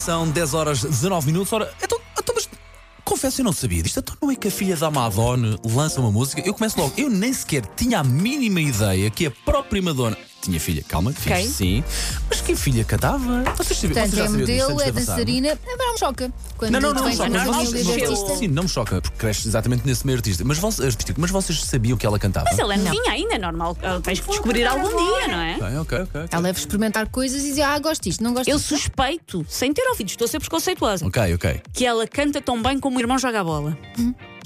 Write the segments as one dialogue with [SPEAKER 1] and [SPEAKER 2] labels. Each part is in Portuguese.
[SPEAKER 1] São 10 horas 19 minutos. Ora, então, então, mas confesso, eu não sabia disto. Então não é que a filha da Madonna lança uma música? Eu começo logo. Eu nem sequer tinha a mínima ideia que a própria Madonna. Tinha filha, calma, fiz
[SPEAKER 2] Ok.
[SPEAKER 1] sim. Mas que filha cantava? Vocês sabiam, vocês
[SPEAKER 3] Portanto,
[SPEAKER 1] já
[SPEAKER 3] é
[SPEAKER 1] sabiam disto antes
[SPEAKER 3] modelo,
[SPEAKER 1] de
[SPEAKER 3] é
[SPEAKER 1] avançarmos?
[SPEAKER 3] dançarina. Agora não me choca. Quando
[SPEAKER 1] Não, não,
[SPEAKER 3] tu
[SPEAKER 1] não, me
[SPEAKER 3] vens
[SPEAKER 1] choca.
[SPEAKER 3] de uma
[SPEAKER 1] Mas
[SPEAKER 2] nós
[SPEAKER 3] família de
[SPEAKER 1] vocês-
[SPEAKER 2] cresceu.
[SPEAKER 3] é artista.
[SPEAKER 1] Sim, não me choca, porque cresce exatamente nesse meio artista. Mas, vo- artístico, mas vocês sabiam que ela cantava?
[SPEAKER 2] Mas ela é novinha ainda, é normal. ah, Tens que descobrir algum dia, não é?
[SPEAKER 1] Ok, ok, ok.
[SPEAKER 3] Ela deve experimentar coisas e dizer, ah, gosto disto, não gosto
[SPEAKER 2] Eu
[SPEAKER 3] disto.
[SPEAKER 2] suspeito, sem ter ouvido, estou a ser preconceituosa,
[SPEAKER 1] Ok, ok.
[SPEAKER 2] que ela canta tão bem como o irmão joga a bola.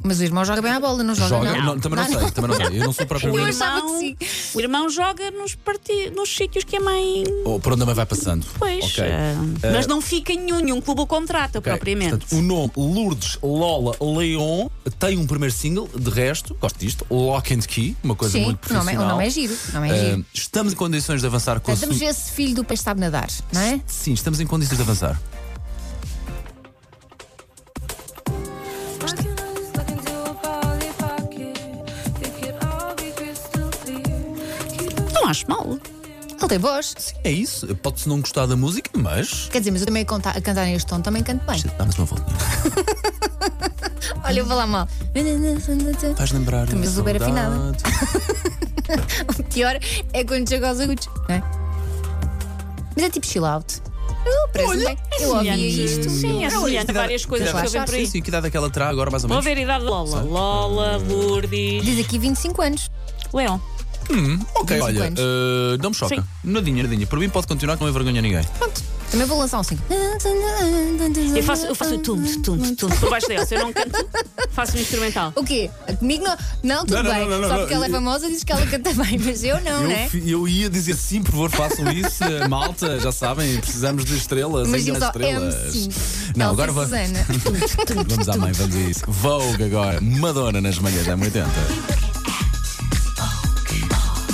[SPEAKER 3] Mas o irmão joga bem à bola, não joga,
[SPEAKER 1] Joga?
[SPEAKER 3] não.
[SPEAKER 1] Não, também não, sei, também não sei. Eu não sou
[SPEAKER 3] Eu
[SPEAKER 1] propriamente.
[SPEAKER 3] achava que sim.
[SPEAKER 2] O irmão joga nos, parti- nos sítios que a mãe.
[SPEAKER 1] Oh, por onde a mãe vai passando?
[SPEAKER 2] Pois.
[SPEAKER 1] Ok.
[SPEAKER 2] ah, mas não fica em nenhum, nenhum clube o contrata
[SPEAKER 1] Ok,
[SPEAKER 2] propriamente.
[SPEAKER 1] portanto, o nome Lourdes Lola Leon tem um primeiro single, de resto, gosto disto, Lock and Key, uma coisa
[SPEAKER 3] Sim,
[SPEAKER 1] muito
[SPEAKER 3] o nome, é, o
[SPEAKER 1] profissional.
[SPEAKER 3] nome é giro. o Nome é
[SPEAKER 1] Ah,
[SPEAKER 3] giro.
[SPEAKER 1] estamos em condições de avançar com
[SPEAKER 3] Portanto,
[SPEAKER 1] a
[SPEAKER 3] vamos
[SPEAKER 1] sua-
[SPEAKER 3] ver se filho do peixe sabe nadar, não é?
[SPEAKER 1] Sim, estamos em condições de avançar.
[SPEAKER 2] Não acho mal.
[SPEAKER 3] Ele tem voz.
[SPEAKER 1] É isso, pode-se não gostar da música, mas.
[SPEAKER 3] Quer dizer, mas eu também a, conta- a cantar neste tom também canto bem.
[SPEAKER 1] Dá-me uma voltinha.
[SPEAKER 3] Olha, eu vou lá mal.
[SPEAKER 1] Faz lembrar.
[SPEAKER 3] Também
[SPEAKER 1] a
[SPEAKER 3] super
[SPEAKER 1] saudade.
[SPEAKER 3] afinada. O pior é quando chega aos agudos, não é? Mas é tipo chill out. Eu, parece-me bem. Eu ouvia isto.
[SPEAKER 2] Sim, é semelhante a várias coisas que eu vejo por
[SPEAKER 1] Sim,
[SPEAKER 2] aí.
[SPEAKER 1] sim, que idade é que ela terá agora, mais ou
[SPEAKER 2] Vou
[SPEAKER 1] menos?
[SPEAKER 2] ver a idade de Lola. Lola, Lourdes,
[SPEAKER 3] Diz aqui 25 anos.
[SPEAKER 2] Leão.
[SPEAKER 1] Ok,
[SPEAKER 3] 25
[SPEAKER 1] olha,
[SPEAKER 3] anos.
[SPEAKER 1] eh, não me choca.
[SPEAKER 2] Sim.
[SPEAKER 1] Nadinha, nadinha. Por mim pode continuar que não envergonha ninguém.
[SPEAKER 3] Pronto. Também vou lançar um 5.
[SPEAKER 2] Eu faço, eu faço o tum, tum, tum, por baixo dela. Se eu não canto, faço um instrumental.
[SPEAKER 3] O quê? Comigo não? Não, tudo
[SPEAKER 1] Não, não,
[SPEAKER 3] bem.
[SPEAKER 1] não, não,
[SPEAKER 3] Só
[SPEAKER 1] não.
[SPEAKER 3] porque ela é famosa dizes que ela canta bem, mas eu não,
[SPEAKER 1] Eu,
[SPEAKER 3] né?
[SPEAKER 1] fi- eu ia dizer sim, por favor, façam isso. Eh, Malta, já sabem, precisamos de estrelas.
[SPEAKER 3] Mas
[SPEAKER 1] ainda
[SPEAKER 3] diz
[SPEAKER 1] mais
[SPEAKER 3] só
[SPEAKER 1] estrelas.
[SPEAKER 3] MC.
[SPEAKER 1] Não,
[SPEAKER 3] Elsa
[SPEAKER 1] agora va-
[SPEAKER 3] Susana.
[SPEAKER 1] vamos à mãe, vamos a isso. Vogue agora, Madonna nas manhãs, é 80.